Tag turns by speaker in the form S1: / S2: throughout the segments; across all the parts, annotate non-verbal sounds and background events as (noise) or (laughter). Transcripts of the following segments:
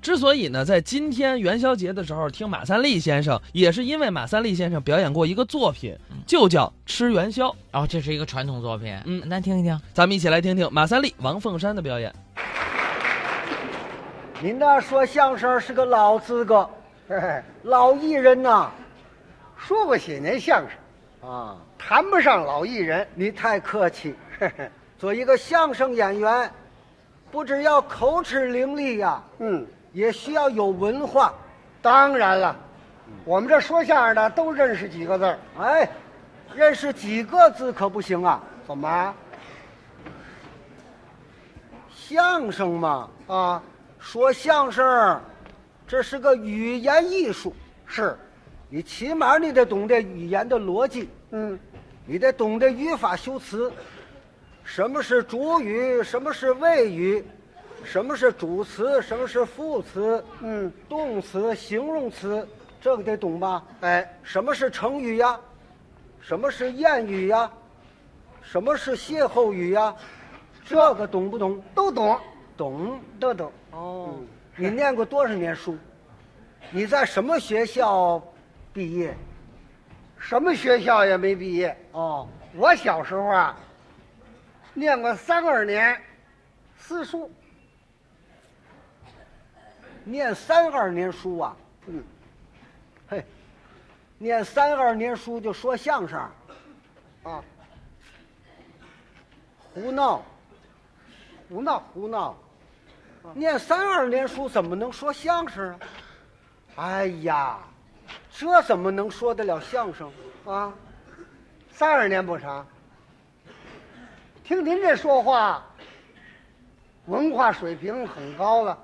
S1: 之所以呢，在今天元宵节的时候听马三立先生，也是因为马三立先生表演过一个作品，就叫《吃元宵》。
S2: 哦，这是一个传统作品，
S1: 嗯
S2: 咱听一听。
S1: 咱们一起来听听马三立、王凤山的表演。
S3: 您那说相声是个老资格，嘿嘿老艺人呐，
S4: 说过些年相声，
S3: 啊，
S4: 谈不上老艺人。
S3: 你太客气。嘿嘿做一个相声演员，不只要口齿伶俐呀、
S4: 嗯，
S3: 也需要有文化。嗯
S4: 当然了，我们这说相声的都认识几个字儿，
S3: 哎，认识几个字可不行啊！
S4: 怎么
S3: 相声嘛，
S4: 啊？
S3: 说相声，这是个语言艺术。
S4: 是，
S3: 你起码你得懂这语言的逻辑，
S4: 嗯，
S3: 你得懂得语法修辞，什么是主语，什么是谓语，什么是主词，什么是副词，
S4: 嗯，
S3: 动词、形容词，这个得懂吧？
S4: 哎，
S3: 什么是成语呀？什么是谚语呀？什么是歇后语呀？这个懂不懂？
S4: 都懂，
S3: 懂。
S4: 都懂。
S3: 哦，你念过多少年书？你在什么学校毕业？
S4: 什么学校也没毕业。
S3: 哦，
S4: 我小时候啊，念过三二年私塾，
S3: 念三二年书啊？
S4: 嗯，
S3: 嘿，念三二年书就说相声，
S4: 啊，
S3: 胡闹，
S4: 胡闹。
S3: 胡闹。念三二年书怎么能说相声啊？哎呀，这怎么能说得了相声？
S4: 啊，三二年不长。听您这说话，文化水平很高了。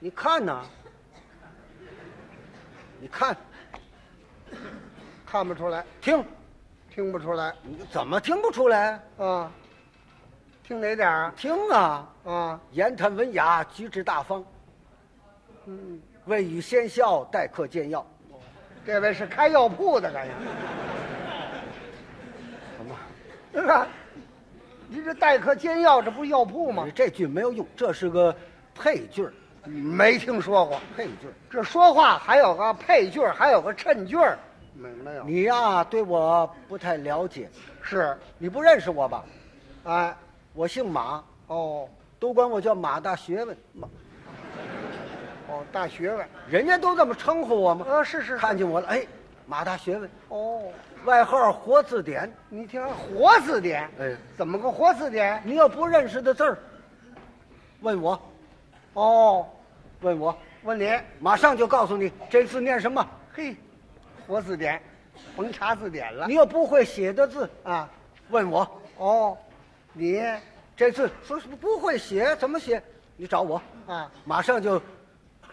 S3: 你看呐，你看，
S4: 看不出来，
S3: 听，
S4: 听不出来
S3: 你怎么听不出来？
S4: 啊。听哪点儿
S3: 听啊，
S4: 啊？啊，
S3: 言谈文雅，举止大方，
S4: 嗯，
S3: 未语先笑，待客见药。
S4: 这位是开药铺的，感觉。怎么？是吧？您这待客煎药，这不是药铺吗嗯
S3: 你？哎这句没有用，这是个配句儿
S4: 没听说过。
S3: 配句儿
S4: 这说话还有个配句儿，还有个衬句儿，没没有？
S3: 你呀、对我不太了解，
S4: 是，
S3: 你不认识我吧？
S4: 哎，
S3: 我姓马，
S4: 哦
S3: 都管我叫马大学问，马
S4: 哦，大学问。
S3: 人家都这么称呼我吗？
S4: 啊，是是，
S3: 看见我了，哎，马大学问，
S4: 哦，
S3: 外号活字典。
S4: 你听啊活字典，
S3: 哎，
S4: 怎么个活字典？
S3: 你有不认识的字儿，问我，
S4: 哦，
S3: 问我，
S4: 问你，
S3: 马上就告诉你这字念什么。
S4: 嘿，活字典，甭查字典了
S3: 你有不会写的字，
S4: 啊。
S3: 问我，
S4: 哦，你
S3: 这字说什么不会写怎么写？你找我，
S4: 啊，
S3: 马上就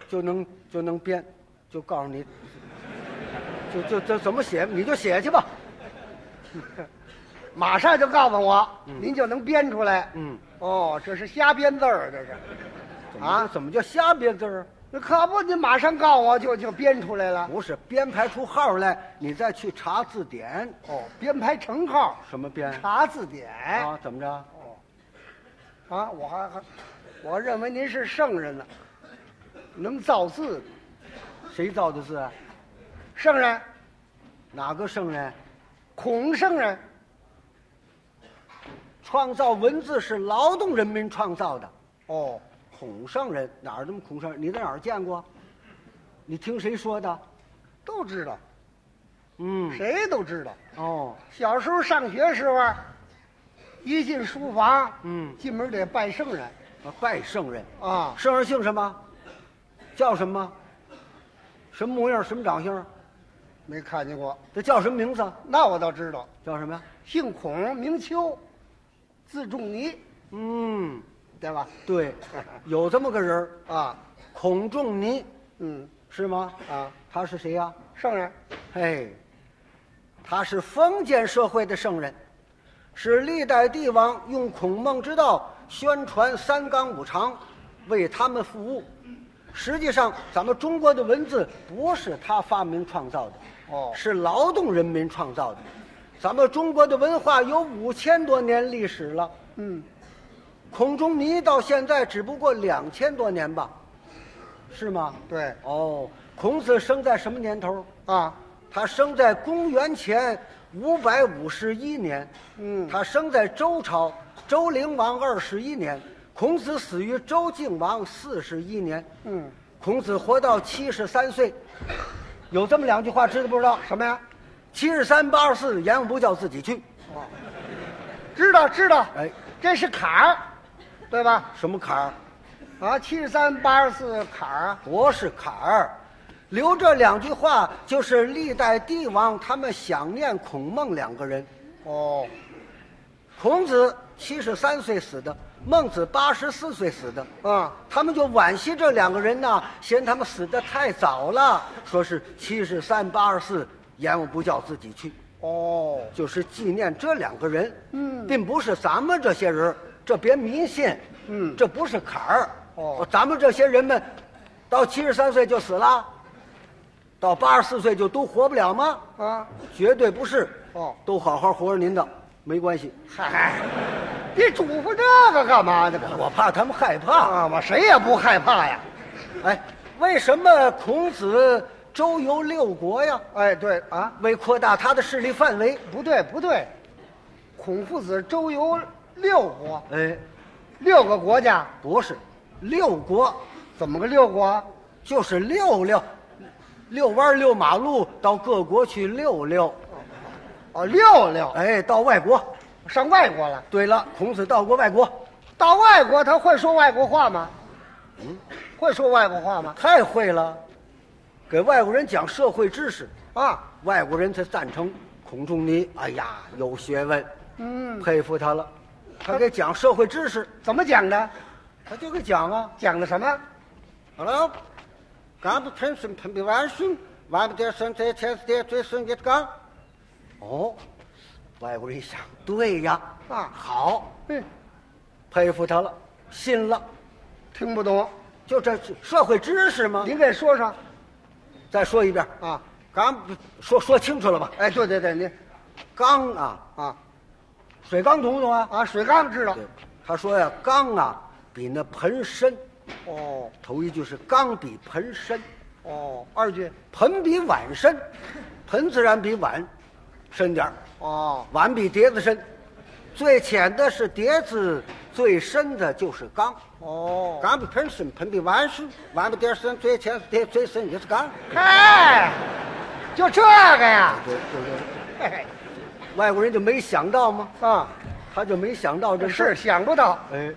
S3: 就能就能编，就告诉你，就就就怎么写，你就写去吧。
S4: (laughs) 马上就告诉我，您就能编出来。
S3: 嗯，
S4: 哦，这是瞎编字儿，这是。
S3: 啊，怎么叫瞎编字儿
S4: 那可不，你马上告诉我就就编出来
S3: 啊？
S4: 了。
S3: 不是编排出号来，你再去查字典。
S4: 哦，编排乘号，
S3: 什么编？
S4: 查字典
S3: 啊，怎么着？哦
S4: 啊，我还还，我认为您是圣人呢，能造字的
S3: 谁造的字啊？
S4: 圣人，
S3: 哪个圣人？
S4: 孔圣人。
S3: 创造文字是劳动人民创造的。
S4: 哦，
S3: 孔圣人哪儿这么孔圣人？你在哪儿见过？你听谁说的？
S4: 都知道，
S3: 嗯，
S4: 谁都知道。
S3: 哦，
S4: 小时候上学时候，啊一进书房，
S3: 嗯
S4: 进门得拜圣人
S3: 啊拜圣人，
S4: 啊，
S3: 圣人姓什么？叫什么？什么模样？什么长相？
S4: 没看见过。
S3: 他叫什么名字？
S4: 那我倒知道，
S3: 叫什么呀？
S4: 姓孔，名丘，字仲尼，
S3: 嗯，
S4: 对吧？
S3: 对，
S4: (laughs)
S3: 有这么个人儿
S4: 啊，
S3: 孔仲尼
S4: 嗯，
S3: 是吗？
S4: 啊，
S3: 他是谁呀、
S4: 圣人，
S3: 哎，他是封建社会的圣人，是历代帝王用孔孟之道宣传三纲五常，为他们服务。实际上，咱们中国的文字不是他发明创造的，
S4: 哦
S3: 是劳动人民创造的。咱们中国的文化有五千多年历史了，
S4: 嗯，
S3: 孔仲尼到现在只不过两千多年吧，是吗？
S4: 对
S3: 哦，孔子生在什么年头？
S4: 啊，
S3: 他生在公元前五百五十一年，
S4: 嗯
S3: 他生在周朝周灵王二十一年，孔子死于周敬王四十一年，
S4: 嗯，
S3: 孔子活到七十三岁，有这么两句话知道不知道？
S4: 什么呀？
S3: 七十三八十四，阎王不叫自己去，
S4: 哦知道知道，
S3: 哎，
S4: 这是坎儿，对吧？
S3: 什么坎儿？
S4: 啊，七十三八十四坎儿啊，
S3: 不是坎儿。留这两句话，就是历代帝王他们想念孔孟两个人。
S4: 哦，
S3: 孔子七十三岁死的，孟子八十四岁死的。
S4: 啊，
S3: 他们就惋惜这两个人呐，嫌他们死得太早了，说是七十三八十四，阎王不叫自己去，
S4: 哦，
S3: 就是纪念这两个人，
S4: 嗯
S3: 并不是咱们这些人儿，这别迷信，
S4: 嗯
S3: 这不是坎儿，
S4: 哦
S3: 咱们这些人们，到七十三岁就死了，到八十四岁就都活不了吗？
S4: 啊，
S3: 绝对不是，
S4: 哦
S3: 都好好活着您的，没关系，
S4: 嗨，你嘱咐这个干嘛呢？
S3: 我怕他们害怕。
S4: 啊，我谁也不害怕呀。
S3: 哎，为什么孔子周游六国呀？
S4: 哎，对啊，
S3: 为扩大他的势力范围，
S4: 不对不对，孔夫子周游六国，
S3: 哎，
S4: 六个国家，
S3: 不是，六国
S4: 怎么个六国？
S3: 就是溜溜，遛弯儿遛马路，到各国去溜溜，
S4: 哦，六六，
S3: 哎，到外国。
S4: 上外国了。
S3: 对了，孔子到过外国，
S4: 到外国他会说外国话吗？会说外国话吗？
S3: 太会了，给外国人讲社会知识，
S4: 啊，
S3: 外国人才赞成孔仲尼。哎呀，有学问，
S4: 嗯，
S3: 佩服他了。他给讲社会知识，
S4: 怎么讲的？
S3: 他就给讲啊。
S4: 讲的什么？
S3: Hello，干部腾讯喷比完讯，完不点生在前四点最顺一刚。哦，外国人一想，对呀，
S4: 啊
S3: 好，
S4: 嗯，
S3: 佩服他了，信了，
S4: 听不懂，
S3: 就这社会知识嘛。
S4: 您给说说
S3: 再说一遍，
S4: 啊。
S3: 咱们说说清楚了吧？
S4: 哎，对对对，您
S3: 缸啊，
S4: 啊
S3: 水缸懂不懂啊？
S4: 啊，水缸知道
S3: 对。，他说呀，缸啊比那盆深，
S4: 哦
S3: 头一句是缸比盆深，
S4: 哦，二句
S3: 盆比碗深，盆自然比碗深点儿。
S4: 哦
S3: 碗比碟子深，最浅的是碟子，最深的就是缸。
S4: 哦，
S3: 缸比盆深，盆比碗深，碗比碟深，最浅是碟，最深也是缸。
S4: 嗨，就这个呀。
S3: 对对对，
S4: 嘿 (laughs) 嘿
S3: 外国人就没想到吗？
S4: 啊，
S3: 他就没想到这
S4: 这
S3: 事
S4: 是
S3: 儿。
S4: 想不到
S3: 哎，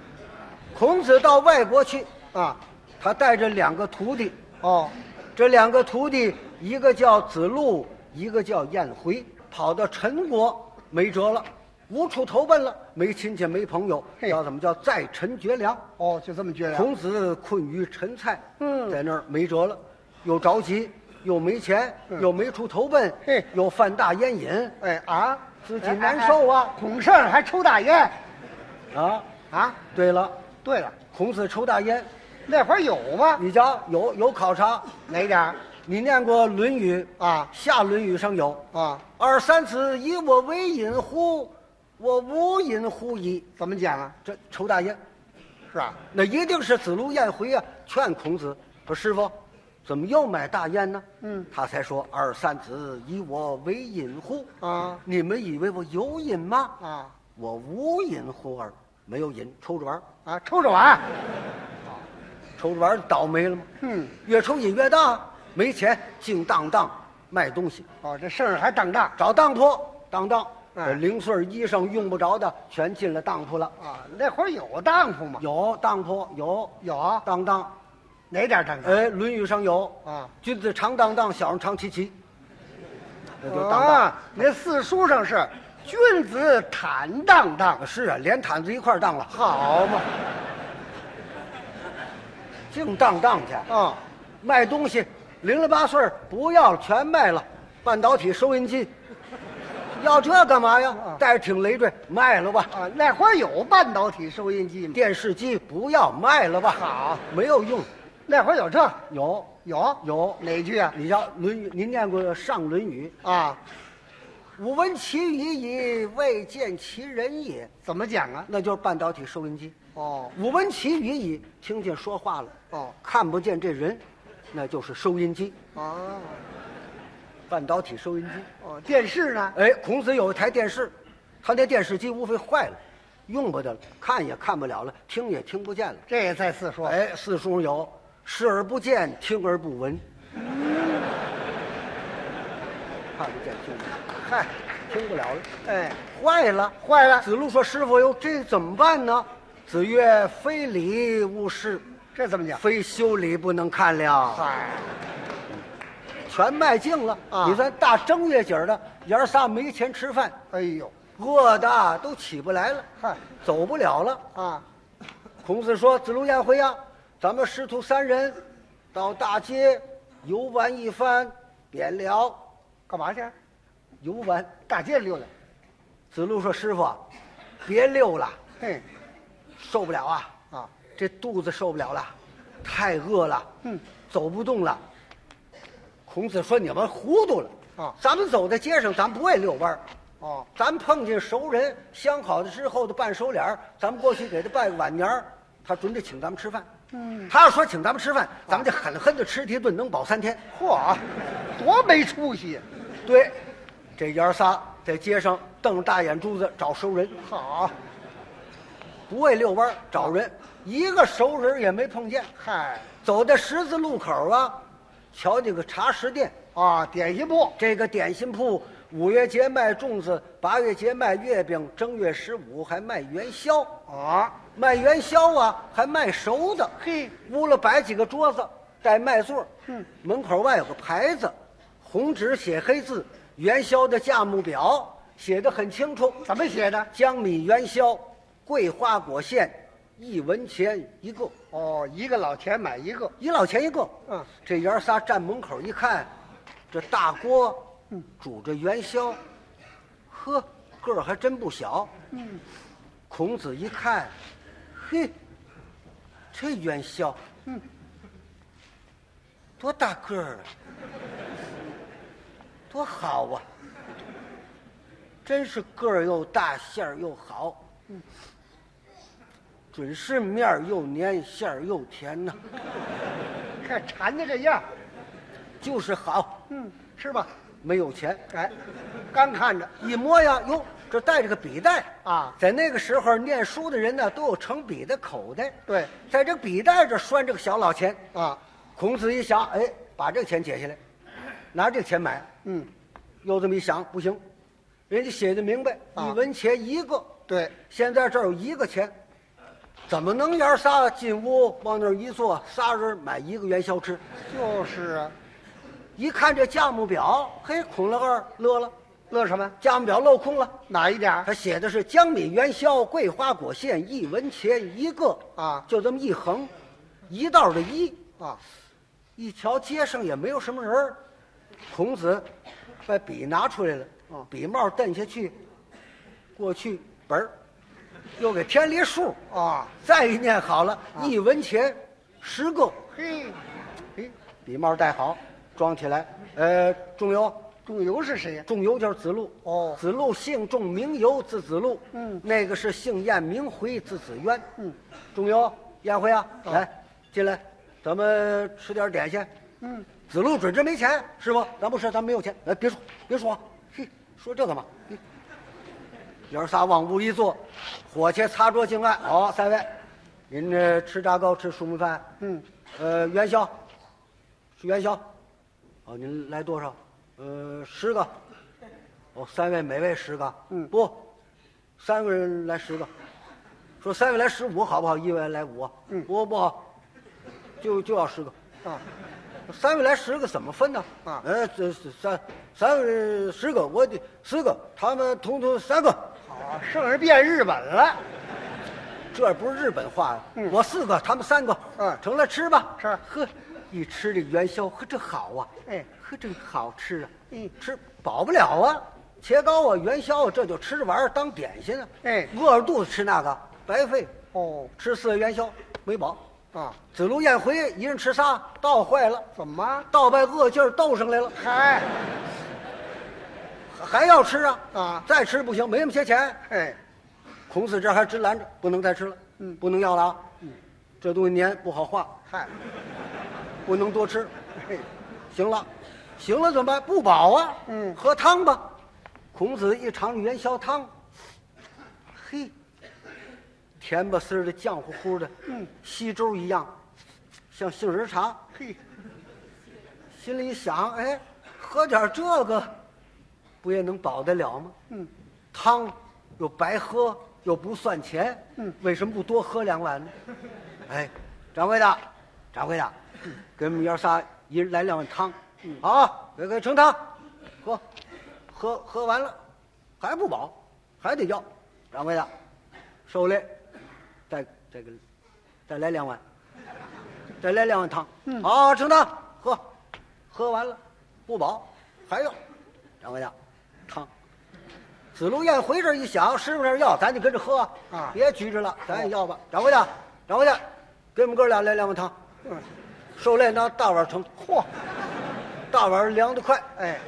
S3: 孔子到外国去，
S4: 啊。
S3: 他带着两个徒弟，
S4: 哦，
S3: 这两个徒弟一个叫子路，一个叫晏回，跑到陈国没辙了，无处投奔了，没亲戚没朋友，
S4: 嘿
S3: 叫怎么叫在陈绝粮。
S4: 哦，就这么决定。
S3: 孔子困于陈蔡，
S4: 嗯
S3: 在那儿没辙了，又着急，又没钱，
S4: 嗯
S3: 又没处投奔，
S4: 嘿
S3: 又犯大烟瘾，
S4: 哎啊，
S3: 自己难受啊
S4: 哎哎哎孔圣还抽大烟
S3: 啊！
S4: 啊。
S3: 对了，
S4: 对了，啊
S3: 孔子抽大烟，
S4: 那会儿有吗？
S3: 你家有有考察，
S4: 哪点儿
S3: 你念过《论语》
S4: 啊
S3: 下《论语》上有
S4: 啊？
S3: 二三子以我为隐乎？我无隐乎矣。
S4: 怎么讲啊？
S3: 这抽大烟，
S4: 是吧？
S3: 那一定是子路宴回啊，劝孔子说：“师傅，怎么又买大烟呢？”
S4: 嗯
S3: 他才说：“二三子以我为隐乎？
S4: 啊
S3: 你们以为我有瘾吗？
S4: 啊
S3: 我无瘾乎耳，没有瘾，抽着玩儿，
S4: 啊，抽着玩。
S3: 抽着玩儿倒霉了吗？
S4: 嗯，
S3: 越抽瘾越大，没钱净当当卖东西，
S4: 哦，这事儿还当当
S3: 找当铺当当，
S4: 哎
S3: 这零碎衣裳用不着的全进了当铺了。
S4: 啊？那会儿有当铺吗？
S3: 有当铺有
S4: 有啊，
S3: 当当，
S4: 哪点儿当当？
S3: 哎，《论语》上有
S4: 啊，
S3: 君子常当当，小人常戚戚。那就当当。
S4: 啊，那四书上是君子坦荡荡。
S3: 是啊，连毯子一块儿当了，
S4: 好嘛，
S3: (laughs) 净当当去。
S4: 啊，
S3: 卖东西，零零八碎儿不要了，全卖了。半导体、收音机，要这干嘛呀
S4: 啊？
S3: 带着挺累赘，卖了吧。
S4: 啊，那会儿有半导体收音机吗？
S3: 电视机不要，卖了吧。
S4: 好，
S3: 没有用。
S4: 那会儿有这
S3: 有
S4: 有
S3: 有，
S4: 哪句啊？
S3: 你叫《论语》，您念过《上论语
S4: 啊，》？
S3: 吾闻其语已，未见其人也。
S4: 怎么讲啊？
S3: 那就是半导体收音机。
S4: 哦
S3: 武文奇语已听见说话了，
S4: 哦
S3: 看不见这人，那就是收音机，
S4: 哦
S3: 半导体收音机。
S4: 哦，电视呢？
S3: 哎，孔子有一台电视，他那电视机无非坏了，用不得了，看也看不了了，听也听不见了。
S4: 这也在四说。
S3: 哎，四书上有“视而不见，听而不闻”，看不见，听不见，嗨，听不了了，
S4: 哎，
S3: 坏了。
S4: 坏了，
S3: 子路说：“师傅哟，这怎么办呢？”子曰：“非礼勿视，
S4: 这怎么讲？
S3: 非修理不能看了。
S4: 嗨，”
S3: 全卖净了
S4: 啊
S3: 你看大正月节儿的，爷儿仨没钱吃饭，
S4: 哎呦，
S3: 饿的都起不来了，
S4: 嗨
S3: 走不了了。
S4: 啊，
S3: 孔子说：“子路宴会呀，咱们师徒三人到大街游玩一番，便聊
S4: 干嘛去？
S3: 游玩。
S4: 大街溜达。”
S3: 子路说：“师傅啊，别溜了，
S4: 嘿，
S3: 受不了啊！
S4: 啊，
S3: 这肚子受不了了，太饿了，
S4: 嗯，
S3: 走不动了。”孔子说：“你们糊涂了
S4: 啊
S3: 咱们走在街上，咱不会遛弯儿啊
S4: 哦，
S3: 咱碰见熟人相好的之后的半熟脸儿，咱们过去给他拜个晚年儿，他准得请咱们吃饭。
S4: 嗯
S3: 他要说请咱们吃饭，咱们就狠狠的吃他一顿，能饱三天。
S4: 嚯，多没出息！
S3: 对，这爷儿仨在街上瞪大眼珠子找熟人，
S4: 好，
S3: 不为遛弯儿找人，一个熟人也没碰见。
S4: 嗨，
S3: 走在十字路口啊，瞧见个茶食店，
S4: 啊，点心部，
S3: 这个点心铺，五月节卖粽子，八月节卖月饼，正月十五还卖元宵。
S4: 啊，
S3: 卖元宵啊，还卖熟的。
S4: 嘿，
S3: 屋了摆几个桌子，带卖座。
S4: 嗯，
S3: 门口外有个牌子，红纸写黑字，元宵的价目表写的很清楚。
S4: 怎么写的？
S3: 江米元宵，桂花果馅，一文钱一个，
S4: 哦，一个老钱买一个。
S3: 一老钱一个。
S4: 嗯，
S3: 这爷儿仨站门口一看，这大锅
S4: 嗯
S3: 煮着元宵，呵，个儿还真不小。
S4: 嗯，
S3: 孔子一看，嘿，这元宵，
S4: 嗯，
S3: 多大个儿啊，多好啊！真是个儿又大，馅儿又好，
S4: 嗯
S3: 准是面儿又粘，馅儿又甜
S4: (laughs)
S3: 呐、
S4: 看馋的这样。
S3: 就是好。
S4: 嗯，吃吧。
S3: 没有钱，
S4: 哎，干看着。
S3: 一摸呀，哟，这带着个笔袋
S4: 啊
S3: 在那个时候，念书的人呢都有盛笔的口袋，
S4: 对，
S3: 在这个笔袋这拴着个小老钱。
S4: 啊，
S3: 孔子一想，哎，把这个钱解下来，拿这个钱买。
S4: 嗯，
S3: 又这么一想，不行，人家写的明白，
S4: 啊
S3: 一文钱一个。
S4: 对，
S3: 现在这儿有一个钱，怎么能爷儿仨进屋往那儿一坐，仨人买一个元宵吃？
S4: 就是啊。
S3: 一看这价目表，嘿，孔老二乐了，
S4: 乐什么？
S3: 价目表镂空了。
S4: 哪一点儿？
S3: 他写的是江米元宵、桂花果馅，一文钱一个
S4: 啊
S3: 就这么一横，一道的一。
S4: 啊，
S3: 一瞧街上也没有什么人儿孔子把笔拿出来了，
S4: 哦
S3: 笔帽蹬下去，过去本儿，又给添了一竖，
S4: 啊，
S3: 再一念好了，一文钱十个，
S4: 嘿，嘿，
S3: 笔帽戴好，装起来。呃，仲由，
S4: 仲由是谁呀？
S3: 仲由就是子路。
S4: 哦
S3: 子路姓仲，名由，字子路。
S4: 嗯
S3: 那个是姓晏，名回，字子渊。
S4: 嗯，
S3: 仲由，晏回啊，
S4: 哦
S3: 来，进来，咱们吃点点心。
S4: 嗯，
S3: 子路准真没钱，师傅，咱不吃，咱没有钱。哎，别说，别说啊，嘿，说这干嘛？嘿爷儿仨往屋一坐，火气擦桌敬案。好、三位，您这吃炸糕，吃熟焖饭。
S4: 嗯，
S3: 呃，元宵，是元宵。哦，您来多少？呃，十个。哦，三位每位十个。
S4: 嗯
S3: 不，三个人来十个。说三位来十五好不好？一位来五啊。
S4: 嗯
S3: 不不好，就就要十个。
S4: 啊，
S3: 三位来十个怎么分呢？
S4: 啊
S3: 呃，这这三三位十个，我得十个，他们统统三个，
S4: 好，圣人变日本了。
S3: 这不是日本话呀、
S4: 嗯
S3: 我四个，他们三个，
S4: 嗯
S3: 成了吃吧，
S4: 吃
S3: 呵，一吃这元宵，呵，这好啊，
S4: 哎
S3: 呵，这好吃啊，
S4: 嗯
S3: 吃饱不了啊，茄糕啊，元宵啊，这就吃着玩儿当点心啊，
S4: 哎
S3: 饿着肚子吃那个白费，
S4: 哦，
S3: 吃四个元宵没饱，
S4: 啊，
S3: 子路宴回一人吃仨，倒坏了，
S4: 怎么？
S3: 倒把饿劲儿斗上来了。
S4: 嗨，
S3: 还要吃啊
S4: 啊
S3: 再吃不行，没那么些钱。
S4: 嘿，
S3: 孔子这还真拦着，不能再吃了。
S4: 嗯
S3: 不能要了啊，这东西粘不好化，
S4: 嗨，
S3: 不能多吃。嘿，行了，行了怎么办？不饱啊，
S4: 嗯
S3: 喝汤吧。孔子一尝元宵汤，嘿，甜吧丝儿的，酱乎乎的，
S4: 嗯，
S3: 稀粥一样，像杏仁茶。
S4: 嘿，
S3: 心里一想，哎，喝点这个，不也能饱得了吗？
S4: 嗯，
S3: 汤又白喝又不算钱，
S4: 嗯
S3: 为什么不多喝两碗呢？哎，掌柜的，掌柜的，给我们爷仨一人来两碗汤，
S4: 嗯
S3: 好啊，给给盛汤，喝，喝喝完了还不饱，还得要，掌柜的，受累，再再给再来两碗，再来两碗汤，
S4: 嗯
S3: 好，盛汤喝，喝完了不饱还要，掌柜的，汤。子路宴回这一想，师傅那儿要，咱就跟着喝啊
S4: 啊
S3: 别拘着了，咱也要吧。掌柜的，掌柜的，给我们哥俩来两碗汤，
S4: 嗯，
S3: 受累拿大碗盛，
S4: 嚯，
S3: 大碗凉得快。
S4: 哎，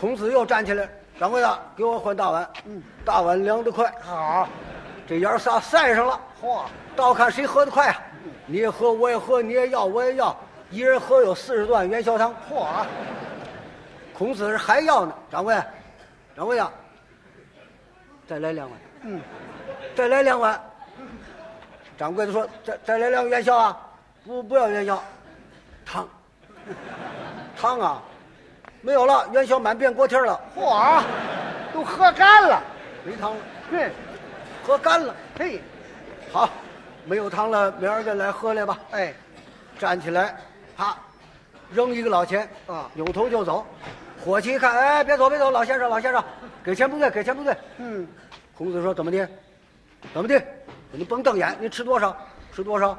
S3: 孔子又站起来，掌柜的，给我换大碗，
S4: 嗯，
S3: 大碗凉得快。
S4: 好，
S3: 这爷儿仨赛上了，
S4: 嚯，
S3: 倒看谁喝得快啊！你也喝，我也喝，你也要，我也要，一人喝有四十段元宵汤。
S4: 嚯，
S3: 孔子还要呢，掌柜，掌柜的，再来两碗。
S4: 嗯，
S3: 再来两碗。掌柜的说：“再再来两碗元宵啊，不不要元宵，汤，汤啊，没有了，元宵满遍锅贴了，
S4: 嚯，都喝干了，
S3: 没汤了，
S4: 嘿，
S3: 喝干了。
S4: 嘿，
S3: 好，没有汤了，明儿再来喝来吧。
S4: 哎，
S3: 站起来，啪，扔一个老钱
S4: 啊
S3: 扭头就走。伙计一看，哎，别走别走，老先生老先生，给钱不对，给钱不对。
S4: 嗯，
S3: 孔子说：“怎么的？怎么的？您甭瞪眼，您吃多少？吃多少？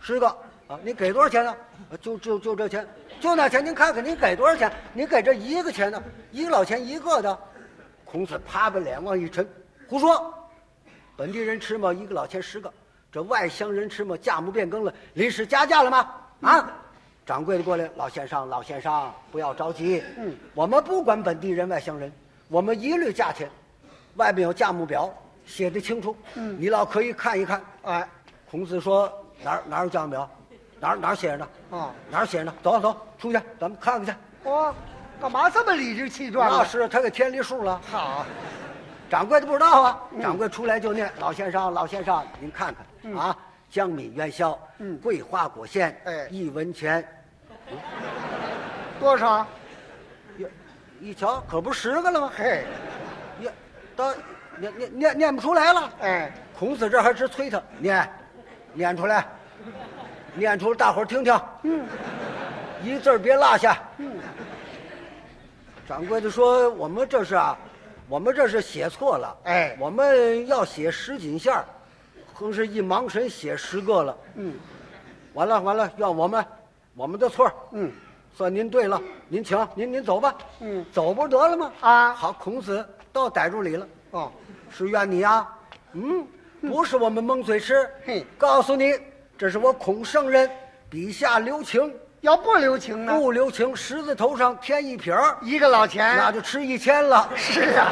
S3: 十个啊！您给多少钱呢？啊就就就这钱，就那钱。您看看，您给多少钱？您给这一个钱呢？一个老钱一个的。”孔子啪把脸往一沉，胡说！本地人吃嘛，一个老钱十个；这外乡人吃嘛，价目变更了，临时加价了吗？啊！掌柜的过来，老先生，老先生，不要着急。
S4: 嗯，
S3: 我们不管本地人、外乡人，我们一律价钱，外面有价目表，写的清楚。
S4: 嗯
S3: 你老可以看一看。啊
S4: 哎，
S3: 孔子说哪儿哪儿有价目表，哪儿哪儿写着呢？
S4: 哦，
S3: 哪儿写着呢？走走，出去，咱们看看去。
S4: 嚯，干嘛这么理直气壮
S3: 那
S4: 啊？
S3: 是他给添了一数了。
S4: 好，
S3: 掌柜的不知道啊，
S4: 嗯
S3: 掌柜出来就念：“老先生，老先生，您看看、啊，江米元宵，
S4: 嗯
S3: 桂花果馅，
S4: 哎
S3: 一文钱，
S4: 多少？
S3: 一一瞧可不十个了吗？
S4: 嘿，
S3: 也，到念念念念不出来了。
S4: 哎，
S3: 孔子这还直催他念，念出来，念出来，大伙儿听听，
S4: 嗯，
S3: 一字儿别落下。
S4: 嗯，
S3: 掌柜的说：“我们这是啊，我们这是写错了。
S4: 哎
S3: 我们要写十锦馅儿，哼是一忙神写十个了。
S4: 嗯，
S3: 完了完了，怨我们，我们的错儿。
S4: 嗯，
S3: 算您对了，您请，您您走吧。
S4: 嗯
S3: 走不得了吗？
S4: 啊
S3: 好，孔子到逮住理了，
S4: 哦，
S3: 是怨你呀、嗯，不是我们蒙嘴吃。
S4: 嘿
S3: 告诉你，这是我孔圣人笔下留情，
S4: 要不留情呢？
S3: 不留情，十字头上添一撇儿，
S4: 一个老钱，
S3: 那就吃一千了。
S4: 是啊，